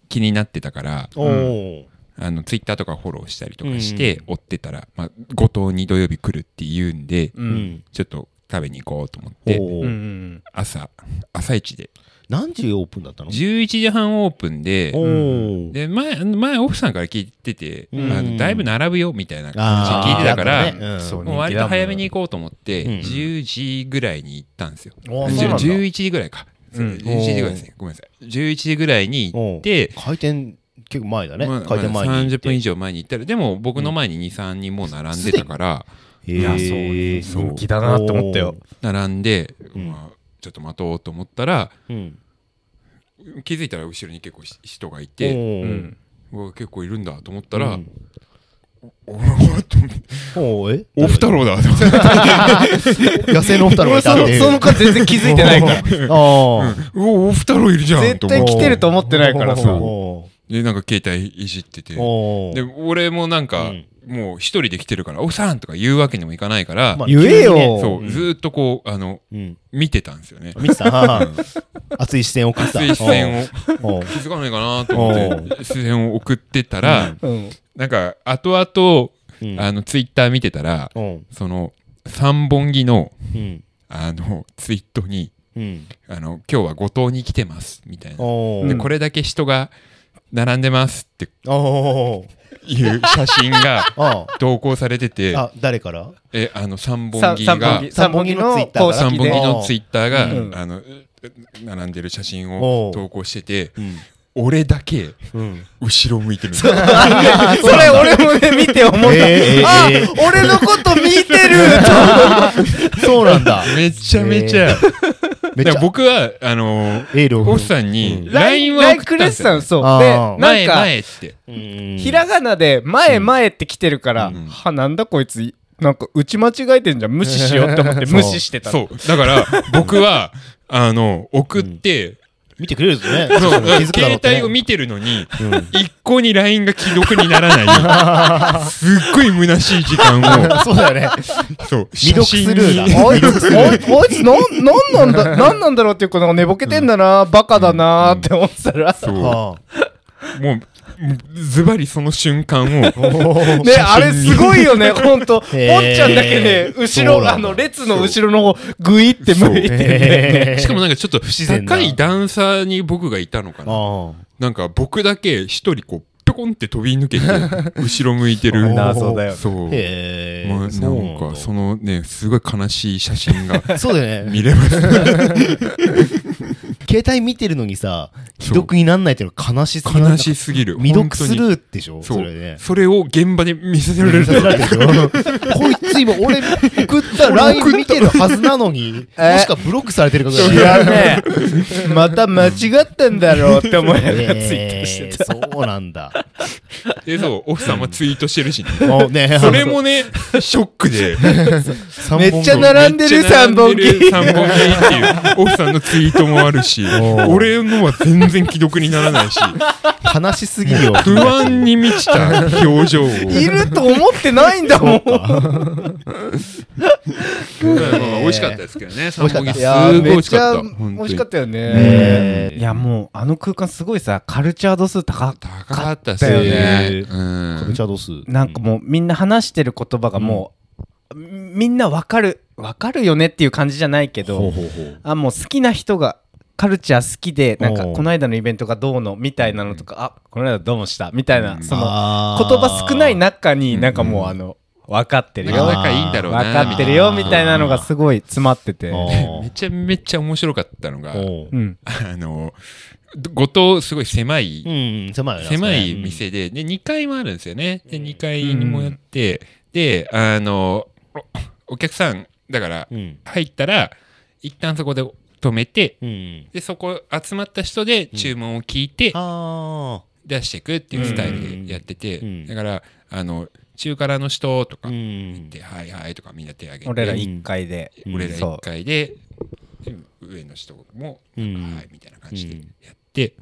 Speaker 1: 気になってたから
Speaker 2: おー
Speaker 1: あのツイッターとかフォローしたりとかして追ってたら、まあ、後藤に土曜日来るって言うんで、
Speaker 3: う
Speaker 2: うんん
Speaker 1: ちょっと食べに行こうと思っ
Speaker 2: お
Speaker 1: て
Speaker 3: うんう
Speaker 2: ー
Speaker 3: ん
Speaker 1: 朝朝一で
Speaker 2: 何時オープンだったの
Speaker 1: 11時半オープンで
Speaker 2: おー
Speaker 1: で前前奥さんから聞いてて、
Speaker 2: うん
Speaker 1: あのだいぶ並ぶよみたいな感
Speaker 2: あ
Speaker 1: じ聞
Speaker 2: ー
Speaker 1: いてたから
Speaker 2: あったねうん
Speaker 3: そう
Speaker 1: もう割と早めに行こうと思って、
Speaker 2: うん
Speaker 1: 10時ぐらいに行ったんですよ、
Speaker 3: おー
Speaker 1: じ
Speaker 3: そうなんだ
Speaker 1: 11時ぐらいか、
Speaker 3: うん
Speaker 1: 11時ぐらいですねごめんなさい11時ぐらいに行って
Speaker 2: おー開店結構前だね
Speaker 1: まあ
Speaker 2: 開店前に
Speaker 1: まあ
Speaker 2: 行って
Speaker 1: 30分以上前に行ったらでも僕の前に23、人もう並んでたから
Speaker 2: い
Speaker 3: やそう人気だなって思ったよ。
Speaker 1: 並んで、
Speaker 2: ん
Speaker 1: まあ、ちょっと待とうと思ったら
Speaker 2: うん。
Speaker 1: 気づいたら後ろに結構し人がいて
Speaker 3: う
Speaker 2: で、
Speaker 3: ん
Speaker 1: うわ結構いるんだと思ったら、
Speaker 2: うん
Speaker 1: おおおと思って
Speaker 2: おーえ
Speaker 1: オフ太郎だと思って
Speaker 2: 野生のオフ太郎がいたっていう。
Speaker 3: その間全然気づいて ないから
Speaker 2: ああ。
Speaker 1: うおオフ太郎いるじゃん
Speaker 3: 絶
Speaker 1: と思っ
Speaker 3: 対
Speaker 1: て
Speaker 3: 来てると思ってないからさ
Speaker 2: お
Speaker 1: でなんか携帯いじってて
Speaker 2: ーおー。
Speaker 1: で俺もなんか、
Speaker 2: うん
Speaker 1: もう一人で来てるから、おっさんとか言うわけにもいかないから、
Speaker 2: まあ
Speaker 3: 言え
Speaker 2: 急に
Speaker 3: よ
Speaker 2: ね
Speaker 1: そう、
Speaker 2: うん
Speaker 1: ずーっとこう、あの、
Speaker 2: うん。
Speaker 1: 見てたんですよね。
Speaker 2: 見てたはい 熱い視線を送ってた。
Speaker 1: 熱い視線を
Speaker 2: を。
Speaker 1: 気づかないかなと思って、視線を送ってたら、
Speaker 3: うん
Speaker 1: なんか、後
Speaker 2: う
Speaker 1: 々、
Speaker 2: ん
Speaker 1: あの、ツイッター見てたら、
Speaker 2: うん。
Speaker 1: その、三本木の、
Speaker 2: うん。
Speaker 1: あの、ツイートに、
Speaker 2: うん。
Speaker 1: あの、今日は五島に来てます、みたいな。
Speaker 2: お
Speaker 1: で、
Speaker 2: ー。
Speaker 1: これだけ人が並んでますって
Speaker 2: おー。
Speaker 1: いう写真が
Speaker 2: あ
Speaker 1: 投稿されてて
Speaker 2: ー、あ、誰から
Speaker 1: え、あの、三本
Speaker 3: さ
Speaker 1: 木
Speaker 3: 三
Speaker 1: が
Speaker 3: 本、木
Speaker 2: 三
Speaker 3: 三
Speaker 2: 本
Speaker 3: 本
Speaker 2: 木
Speaker 3: 木
Speaker 2: の
Speaker 3: の
Speaker 2: ツイッターが
Speaker 3: 公
Speaker 1: 三
Speaker 3: 式
Speaker 1: 本木
Speaker 3: で
Speaker 1: のツイッターが、
Speaker 3: うん
Speaker 1: あの、う並んでる写真
Speaker 2: おう
Speaker 1: を投稿してて、
Speaker 2: うん。
Speaker 1: 俺だけ
Speaker 2: うん。
Speaker 1: 後ろ向いてるんですよ。
Speaker 3: それ俺もね見て思った、
Speaker 2: えーえー
Speaker 3: あ、
Speaker 2: えー
Speaker 3: 俺のこと見てる
Speaker 2: そうなんだ。
Speaker 1: めちゃめちゃ。
Speaker 2: めっ
Speaker 1: だ
Speaker 2: ち
Speaker 1: から
Speaker 2: ゃ
Speaker 1: 僕は、あのー、
Speaker 2: エールを
Speaker 1: オ
Speaker 2: 振
Speaker 1: フ
Speaker 2: る。
Speaker 1: さんに
Speaker 2: う
Speaker 1: LINE は送ったんですよ、
Speaker 3: LINE くれてたのそう
Speaker 2: あー
Speaker 1: 前、
Speaker 3: でなんか
Speaker 1: 前って。
Speaker 2: うん
Speaker 3: ひらがなで「前前」って来てるから、
Speaker 1: うん
Speaker 3: はなんだこいつなんか打ち間違えてんじゃん無視しようって思って無視してたの
Speaker 1: そう。だから、僕は、あの、送って、
Speaker 2: 見てくれるんですね。
Speaker 1: そう
Speaker 2: 気づくだろ
Speaker 1: 携
Speaker 2: うってね
Speaker 1: 帯を見てるのに、一向に LINE が既読にならな い、すっごい虚しい時間を、
Speaker 2: そうだよね。
Speaker 1: そう、
Speaker 2: 未読スルーだ
Speaker 1: 写真に
Speaker 3: あいつ、 あいつ、なん、なんなんだ、なんなんだろうっていう、この寝ぼけてんだな、バカだなって思ってたら、
Speaker 1: そうも
Speaker 2: あ
Speaker 1: う、もうズバリその瞬間 を、
Speaker 3: ね、あれすごいよね、ほんと。ポンち
Speaker 2: へー
Speaker 3: ゃんだけね、後
Speaker 2: そう
Speaker 3: ろ、
Speaker 2: なんだ
Speaker 3: あの、列の後ろの方、ぐいって向い て
Speaker 2: ー
Speaker 3: ね。
Speaker 2: へー
Speaker 1: しかもなんかちょっと不自
Speaker 2: 然な
Speaker 1: 高い段差に僕がいたのかな。
Speaker 2: あ
Speaker 1: なんか僕だけ一人こう、ぴょこんって飛び抜け て、後ろ向いてる。
Speaker 2: 謎だ
Speaker 3: よね
Speaker 1: そう。
Speaker 2: へえ。
Speaker 1: まあ、なん
Speaker 2: そう
Speaker 1: か、そのね、すごい悲しい写真 が
Speaker 2: そうだよね。
Speaker 1: 見れます。
Speaker 2: 携帯見てるのにさ、既読になんないっていうのは悲しすぎ
Speaker 1: 悲しすぎる。
Speaker 2: 未読スル
Speaker 1: 本
Speaker 2: ーでし
Speaker 1: 当
Speaker 2: ょ
Speaker 1: に
Speaker 2: そ
Speaker 1: そう
Speaker 2: れね。
Speaker 1: それを現場で見せられる
Speaker 2: 見せられてるよこいつ今俺送った LINE 見てるはずなのに、
Speaker 3: え
Speaker 2: もしかブロックされてるかぐらい。
Speaker 3: 知らねえ。また間違ってんだろうって思いながらツイートして
Speaker 2: えーそうな んだ。
Speaker 1: で、そう、オフさんもツイートしてるし ね。
Speaker 2: おね
Speaker 1: そ れもね、ショックで。
Speaker 2: 三
Speaker 3: め
Speaker 2: 本
Speaker 3: っちゃ
Speaker 2: 分
Speaker 3: 並んでる三本
Speaker 1: めっち
Speaker 3: 木。
Speaker 1: ゃ並んでる三本木っていう、オフさんのツイートもあるし、俺のは全然既読にならない し、
Speaker 2: 悲しすぎるよ。
Speaker 1: 不安に満ちた表情を。
Speaker 3: いると思ってないんだもん。
Speaker 1: まあまあ美味しかったですけどね、三本木。
Speaker 2: い
Speaker 1: す
Speaker 3: やー
Speaker 1: ごい美
Speaker 3: めっ
Speaker 1: 味し
Speaker 3: ち
Speaker 1: か
Speaker 3: ゃ
Speaker 1: った。
Speaker 3: 美味しか
Speaker 1: っ
Speaker 3: ったよね
Speaker 2: ね。
Speaker 3: いや、もう、あの空間すごいさ、カルチャー度数高った。
Speaker 1: た。高かったっす
Speaker 3: 買った
Speaker 1: ね
Speaker 3: よね。
Speaker 1: うん
Speaker 2: カルチャード数。
Speaker 3: なんかもうみんな話してる言葉がもう、みんなわかるわかるよねっていう感じじゃないけど
Speaker 2: ほうほう。
Speaker 3: あもう好きな人がカルチャー好きでなんか
Speaker 2: おう
Speaker 3: この間のイベントがどうのみたいなのとかあこの間どうもしたみたいなその言
Speaker 2: あー
Speaker 3: 葉少ない中になんかもうあの分かってる
Speaker 1: なかな
Speaker 3: よ
Speaker 1: かいいんだろ
Speaker 3: 分
Speaker 1: うな。
Speaker 3: かってるよ
Speaker 2: み
Speaker 3: み
Speaker 2: たいな
Speaker 3: たいなのがすごい詰まってて
Speaker 2: お
Speaker 1: め
Speaker 2: ー
Speaker 1: ちゃめちゃ面白かったのが、
Speaker 2: お
Speaker 3: う
Speaker 2: ー
Speaker 3: ん
Speaker 1: あの、後藤すごい狭い、
Speaker 2: うん、狭いな
Speaker 1: 狭い。店で、で、2階もあるんですよね。で、2階にもやって、で、あの、おお客さん、だから
Speaker 2: う、ん。
Speaker 1: 入ったら、一旦そこで止めて、
Speaker 2: うん。
Speaker 1: で、そこ集まった人で注文を聞いて、
Speaker 2: あ
Speaker 1: 出していくっていうスタイルでやってて、
Speaker 2: うん
Speaker 1: だから、あの、中辛の人と
Speaker 2: あ。
Speaker 1: か、
Speaker 2: うん。
Speaker 1: で、はいはいとかみんな手挙げて、
Speaker 3: 俺ら1回で
Speaker 2: うん
Speaker 1: 俺ら
Speaker 3: そう
Speaker 1: 1階でで上の人も、
Speaker 2: うん
Speaker 1: はいみたいな感じでやって、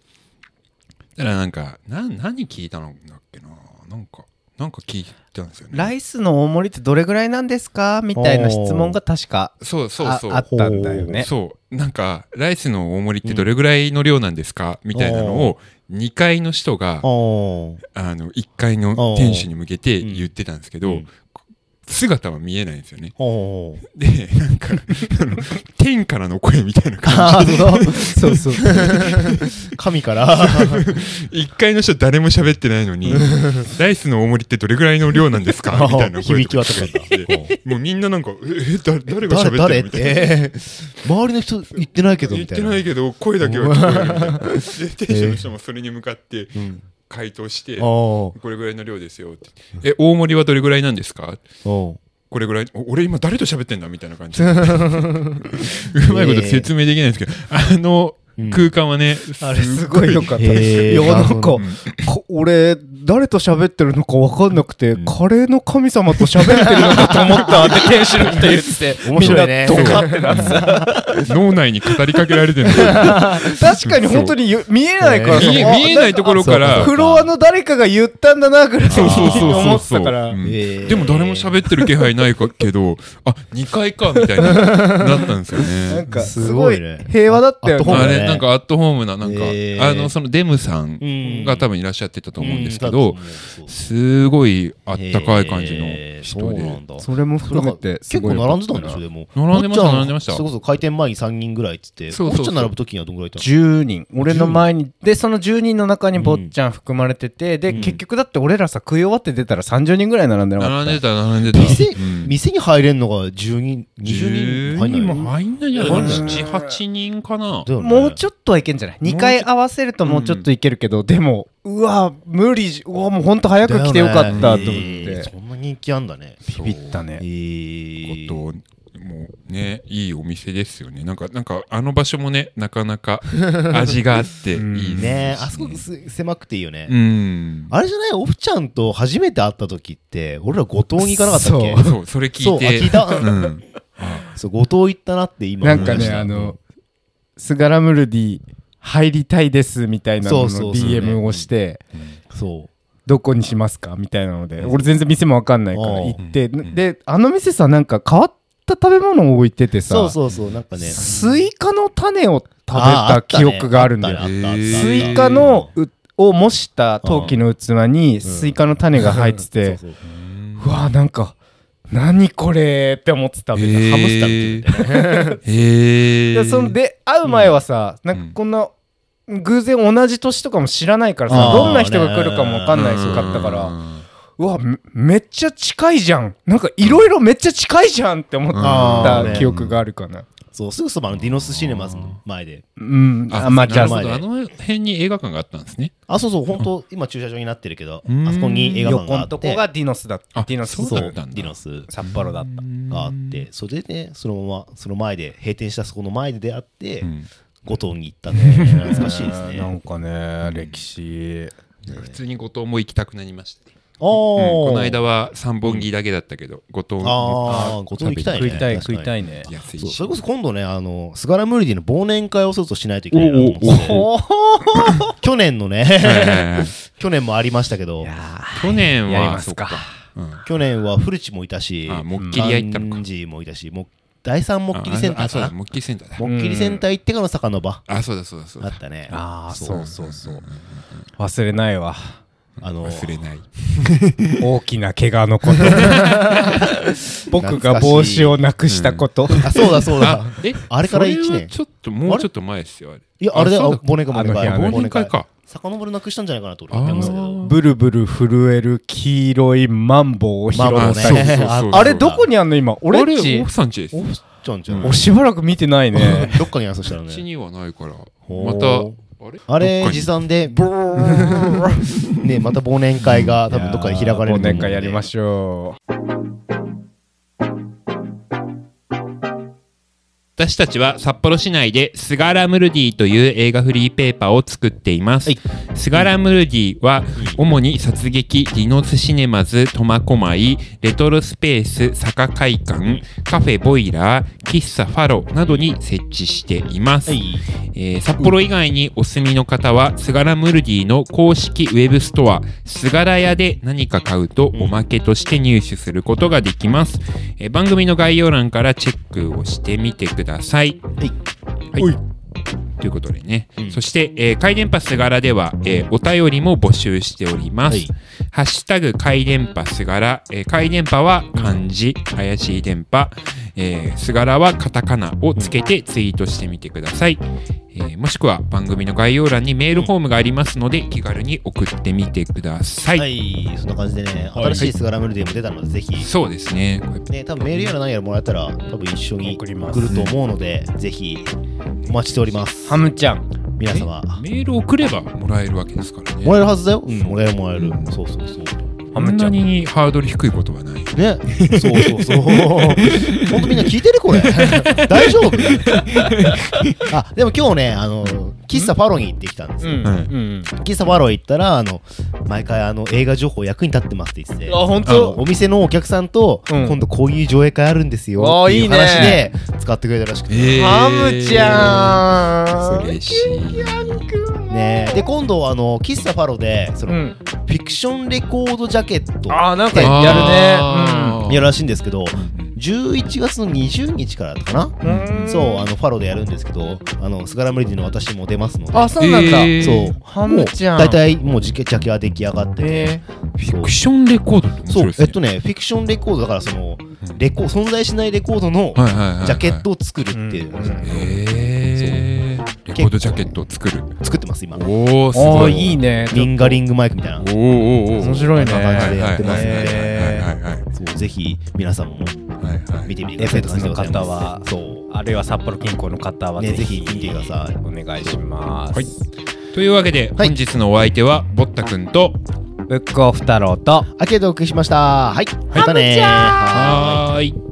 Speaker 1: だからなんかな何聞いたんだっけななんかなんか聞いたんですよね
Speaker 3: ライスの大盛りってどれぐらいなんですかみたいな質問が確か
Speaker 1: そうそう
Speaker 3: あ
Speaker 1: そう
Speaker 3: あったんだよね
Speaker 1: そうなんかライスの大盛りってどれぐらいの量なんですか、みたいなのを2階の人が
Speaker 2: おー
Speaker 1: あの1階の店主に向けて
Speaker 2: おー
Speaker 1: 言ってたんですけど、
Speaker 2: うん
Speaker 1: 姿は見えないんですよね。
Speaker 2: おー
Speaker 1: で、なんか、あの天からの声みたいな感じ
Speaker 2: あーそうそうそう。神から。
Speaker 1: 一階の人誰も喋ってないのに、ライスの大盛りってどれぐらいの量なんですかみたいな声
Speaker 2: 響
Speaker 1: と
Speaker 2: き
Speaker 1: か
Speaker 2: 渡ってたんだ。
Speaker 1: もうみんななんか、え え、だ誰が喋
Speaker 2: 誰
Speaker 1: って
Speaker 2: 誰
Speaker 1: る
Speaker 2: っ
Speaker 1: みたいな。
Speaker 2: て周りの人言ってないけど
Speaker 1: 言っ
Speaker 2: みた
Speaker 1: て
Speaker 2: いな
Speaker 1: ないけど、声だけは聞こえるみたいな。で、店主の人もそれに向かって回答して、
Speaker 2: おー
Speaker 1: これぐらいの量ですよって。え、大盛りはどれぐらいなんですか
Speaker 2: おー
Speaker 1: これぐらい、お俺今誰と喋ってんだみたいな感じで。うまいこと説明できないんですけど、あの、空間はね、
Speaker 3: あれすごい良かったです
Speaker 2: へー
Speaker 3: いやなんか
Speaker 2: う
Speaker 3: こ俺誰と喋ってるのか分かんなくて、カレーの神様と喋ってるのかと思ったって店主の人言ってて
Speaker 2: 面白いね
Speaker 3: みんなドカってなってた
Speaker 1: 脳内に語りかけられてるんだ
Speaker 3: 確かに本当によ見えないから
Speaker 1: 見え
Speaker 3: あ
Speaker 1: 見えないところから
Speaker 3: フロアの誰かが言ったんだなぐらいに
Speaker 1: そうそうそうそ
Speaker 3: 思
Speaker 1: う
Speaker 3: ってたから、
Speaker 1: う
Speaker 2: え
Speaker 1: ん
Speaker 2: ー
Speaker 1: でも誰も喋ってる気配ないかけど、あ、2階か、みたいな、なったんですよ
Speaker 3: なん
Speaker 1: ね。
Speaker 3: か
Speaker 2: す
Speaker 3: す
Speaker 2: ご
Speaker 3: ご
Speaker 2: い
Speaker 3: い
Speaker 2: ね
Speaker 3: 平和だったよ
Speaker 2: あそう
Speaker 1: あ
Speaker 2: だね
Speaker 1: れ、なんかアットホームな、なんか、
Speaker 2: えー
Speaker 1: あの、そのデムさんが多分いらっしゃってたと思うんですけど、すごいあったかい感じの人
Speaker 2: へーそうな
Speaker 1: で。
Speaker 2: んだ
Speaker 3: それも含めて
Speaker 2: 結構並んでたんでしょでも
Speaker 1: 並んでました
Speaker 2: 坊ちゃ
Speaker 1: 並んでました
Speaker 2: それこそ開店前に3人ぐらいっつって
Speaker 1: そうそうそう
Speaker 2: 坊ちゃん並ぶ時にはどんぐらいいたの
Speaker 3: 10人俺の前にでその10人の中に坊っちゃん含まれてて、で結局だって俺らさ食い終わって出たら30人ぐらい並んでなかった
Speaker 1: 並んでた、並んでた。
Speaker 2: 店
Speaker 1: うん
Speaker 2: 店に入れんのが10人
Speaker 1: 10
Speaker 2: 20人入ん
Speaker 1: 人
Speaker 2: ない
Speaker 1: も入んないんじゃない
Speaker 2: うん
Speaker 1: ?7、8人かな。
Speaker 2: だよね
Speaker 3: もうちょっとはいけんじゃない2回合わせるともうちょっといけるけど、でもうわ無理じうわもうほんと早く来てよかったと思って、
Speaker 2: だよねえーそんな人気あんだね
Speaker 1: そう
Speaker 3: ビビったね
Speaker 2: えー
Speaker 1: ことをもうねいいお店ですよねなんかなんかあの場所もねなかなか味があっていいです
Speaker 2: ねあそこす狭くていいよね
Speaker 1: うん
Speaker 2: あれじゃないオフちゃんと初めて会った時って俺ら後藤に行かなかったっけ
Speaker 3: そう
Speaker 1: そうそれ聞いて
Speaker 2: そう あ聞いた
Speaker 1: うん、
Speaker 2: そう後藤行ったなって今
Speaker 3: な
Speaker 2: 思い
Speaker 3: んか
Speaker 2: 出し
Speaker 3: ね
Speaker 2: た
Speaker 3: あのスガラムルディ入りたいですみたいなのの
Speaker 2: そうそうそうね
Speaker 3: DM をして
Speaker 2: そう
Speaker 3: どこにしますかみたいなので俺全然店もわかんないから
Speaker 2: うん
Speaker 3: 行ってであの店さなんか変わった食べ物を置いててさ
Speaker 2: そうそうそうなんかね
Speaker 3: スイカの種を食べ
Speaker 2: あーあ
Speaker 3: た
Speaker 2: った
Speaker 3: 記
Speaker 2: ね
Speaker 3: 憶があるんだよ
Speaker 2: ったねあったあった
Speaker 1: へー
Speaker 3: スイカのうを模した陶器の器にスイカの種が入ってて
Speaker 2: そうそう
Speaker 3: うわなんか何これって思ってたみたいな
Speaker 2: ハムスターみ
Speaker 1: へえ
Speaker 3: でそので会う前はさ、なんかこんな偶然同じ年とかも知らないからさ、
Speaker 2: あー
Speaker 3: どんな人が来るかも分かんないし
Speaker 1: うん
Speaker 3: 買ったからうわめめっちゃ近いじゃんなんかいろいろめっちゃ近いじゃんって思っ
Speaker 2: あー
Speaker 3: た記憶があるかな
Speaker 2: そうすぐそばのディノスシネマズの前で
Speaker 3: うん
Speaker 1: あ
Speaker 3: あまあじゃ
Speaker 1: な
Speaker 3: あ
Speaker 1: るほ
Speaker 2: 前
Speaker 1: どあ
Speaker 2: で
Speaker 1: の辺に映画館があったんですね
Speaker 2: あそうそう本当今駐車場になってるけど
Speaker 1: うん
Speaker 2: あそこに映画館
Speaker 3: 横
Speaker 2: があ
Speaker 3: の
Speaker 2: っ
Speaker 3: と
Speaker 2: て
Speaker 3: こがディノスだった
Speaker 1: あ
Speaker 3: ディノス
Speaker 1: そう
Speaker 2: そう
Speaker 1: だ
Speaker 2: デ
Speaker 1: ったんだ
Speaker 2: ィノス
Speaker 3: 札幌だった
Speaker 2: があってそれでねそのままその前で閉店したそこの前で出会って
Speaker 1: ん
Speaker 2: 五島に行ったね懐かしいです
Speaker 3: な
Speaker 2: ね
Speaker 3: んかね歴史
Speaker 1: 普通に後藤も行きたくなりましたね、
Speaker 2: あ
Speaker 1: うん
Speaker 2: ー
Speaker 1: この間は三本木だけだったけど後藤
Speaker 2: あー五島行きたいね
Speaker 3: 食いたい
Speaker 2: 確か
Speaker 3: 食
Speaker 2: に
Speaker 3: いたいね
Speaker 1: 安い
Speaker 2: そう
Speaker 1: し
Speaker 2: それこそ今度ねあのスガラムルディの忘年会をそうとしないといけないなと思ってて
Speaker 3: おー
Speaker 2: 去年の
Speaker 1: はい
Speaker 2: ね
Speaker 1: はいはい
Speaker 2: 去年もありましたけど
Speaker 1: 去年
Speaker 3: やり
Speaker 1: は
Speaker 3: ま
Speaker 1: そ
Speaker 3: す
Speaker 1: っか
Speaker 3: か
Speaker 2: 去年は古地もいたし
Speaker 1: あもっきり屋行ったのか
Speaker 2: バンジーもいたしもう第三もっきりセンタ
Speaker 1: あそう
Speaker 2: ー
Speaker 1: だ
Speaker 2: か
Speaker 1: モッキーセンターだ
Speaker 2: なもっきりセンター行ってからの坂の場
Speaker 1: あそうだそうだそう
Speaker 2: あ
Speaker 1: だ
Speaker 2: ったね
Speaker 3: ああ
Speaker 2: そ
Speaker 3: そううそうそう忘れないわ
Speaker 2: あの
Speaker 1: 忘れない
Speaker 3: 大きな怪我のこと僕が帽子をなくしたこと
Speaker 2: あそうだそう だ
Speaker 1: え
Speaker 2: あれから一
Speaker 1: それ
Speaker 2: 年
Speaker 1: はちょっともうちょっと前ですよあれ
Speaker 2: いやあれだ
Speaker 1: そ
Speaker 2: よ
Speaker 1: う
Speaker 2: 忘年会忘年会
Speaker 3: あの日あの
Speaker 1: 忘年会か
Speaker 2: 遡るなくしたんじゃないかなと俺
Speaker 1: あ
Speaker 2: 思ってますけど
Speaker 1: ー
Speaker 3: ブルブル震える黄色いマンボウを拾っ
Speaker 2: まあまあ
Speaker 1: あそうそうそう
Speaker 2: ね
Speaker 1: そう
Speaker 3: あれどこにあんの今
Speaker 1: あ
Speaker 3: 俺
Speaker 1: れ
Speaker 3: っち
Speaker 1: 奥さんちです
Speaker 2: おっちゃんじゃん
Speaker 3: おしばらく見てないね
Speaker 2: どっかにあるそしたら
Speaker 1: うち
Speaker 2: ね
Speaker 1: にはないから
Speaker 2: ほう
Speaker 1: またあれ
Speaker 2: あ
Speaker 1: どっ
Speaker 2: れ
Speaker 1: かに
Speaker 2: 持参でブーンねまた忘年会が多分どっかで開かれると思
Speaker 3: 忘
Speaker 2: うんで
Speaker 3: 年会やりましょ
Speaker 1: 私たちは札幌市内で「スガラムルディ」という映画フリーペーパーを作っています、
Speaker 2: はい
Speaker 1: スガラムルディは主に殺撃ディノスシネマズ苫小牧レトロスペース坂会館カフェボイラー喫茶ファロなどに設置しています、
Speaker 2: はい
Speaker 1: えー札幌以外にお住みの方は、スガラムルディの公式ウェブストア、スガラ屋で何か買うとおまけとして入手することができます。えー番組の概要欄からチェックをしてみてください。はい。ということでね。そして、えー、回電波すがらでは、えーお便りも募集しております。
Speaker 2: はい
Speaker 1: ハッシュタグ、回電波すがら。えー、回電波は漢字、怪しい電波。えー、すがらはカタカナをつけてツイートしてみてください。えーもしくは番組の概要欄にメールフォームがありますので、気軽に送ってみてください。
Speaker 2: はい、そんな感じでね、
Speaker 1: はい
Speaker 2: 新しいスガラムルディも出たので、ぜひ、
Speaker 1: そうですね。これ
Speaker 2: ね、多分メールやら何やらもらえたら、多分一緒に送
Speaker 3: 送
Speaker 2: る
Speaker 3: ります
Speaker 2: と思うので、ぜひ、お待ちしておりま
Speaker 3: う
Speaker 2: す。
Speaker 3: ハムちゃん
Speaker 2: 皆様、
Speaker 1: メール送ればもらえるわけですからね。
Speaker 2: もらえるはずだよ。うん、もらえるもらえる。そうそうそう。
Speaker 1: あんなにハードル低いことはない。
Speaker 2: ね、そうそうそう。本当みんな聞いてるこれ。大丈夫 あ、でも今日ね、あの、喫茶パロに行ってきたんです
Speaker 3: う
Speaker 2: よ。
Speaker 3: ん
Speaker 1: はい
Speaker 3: うん
Speaker 2: 喫茶パロ行ったら、あの、毎回あの映画情報役に立ってますって言ってて。
Speaker 3: あ本
Speaker 2: あの
Speaker 3: 当
Speaker 2: お店のお客さんと、
Speaker 3: うん
Speaker 2: 今度こういう上映会あるんですよ
Speaker 3: わ
Speaker 2: っ
Speaker 3: あ
Speaker 2: てい
Speaker 3: いういね
Speaker 2: 話で使ってくれたらしくて、
Speaker 1: えー
Speaker 3: ハムちゃん
Speaker 1: 嬉しい。
Speaker 2: ねで今度あの喫茶パロでその、
Speaker 3: うん
Speaker 2: フィクションレコードジャケット
Speaker 3: ああなんか
Speaker 2: あ
Speaker 3: や
Speaker 2: やるらしいんですけど11月の20日からだったか
Speaker 3: るね
Speaker 2: な、
Speaker 3: ん
Speaker 2: そうあのファロでやるんですけどあのスガラムリディの私も出ますので
Speaker 3: あそうなんだ
Speaker 1: えー
Speaker 2: そう
Speaker 3: ハムちゃん
Speaker 2: もう大体もうジケジャケは出来上がってて
Speaker 3: え
Speaker 1: フィクションレコードって面
Speaker 2: そ
Speaker 1: 白いうです
Speaker 2: え
Speaker 1: ね。
Speaker 2: っとねフィクションレコードだからその
Speaker 1: うん
Speaker 2: レコ存在しないレコード
Speaker 1: はい
Speaker 2: の
Speaker 1: はいはいはい
Speaker 2: ジャケットを作るっていう、
Speaker 3: うんうん
Speaker 1: えーレコードジャケットを作る。
Speaker 2: 作ってます今
Speaker 1: おおす
Speaker 3: あ
Speaker 1: ご
Speaker 3: あ
Speaker 1: い。
Speaker 3: いいね
Speaker 2: リンガリングマイクみたいな
Speaker 1: おーおーおー
Speaker 3: 面白いね
Speaker 2: こんな感じでやってますんで
Speaker 1: はいはいはいはいはい
Speaker 2: そうぜひ皆さんも
Speaker 1: はいはいはい
Speaker 2: 見てみてくださいって感じでござい
Speaker 3: エフェク
Speaker 2: ます
Speaker 3: トの方は
Speaker 2: そう
Speaker 3: あるいは札幌近郊の方は
Speaker 2: ね
Speaker 3: ぜ
Speaker 2: ぜひ
Speaker 3: ひ
Speaker 2: 見てください
Speaker 3: お願いします
Speaker 1: はいというわけで
Speaker 2: はい
Speaker 1: 本日のお相手はぼったくんと
Speaker 3: ブックオフ太郎と
Speaker 2: アーケードお送りしましたはいまたねー
Speaker 1: はーい。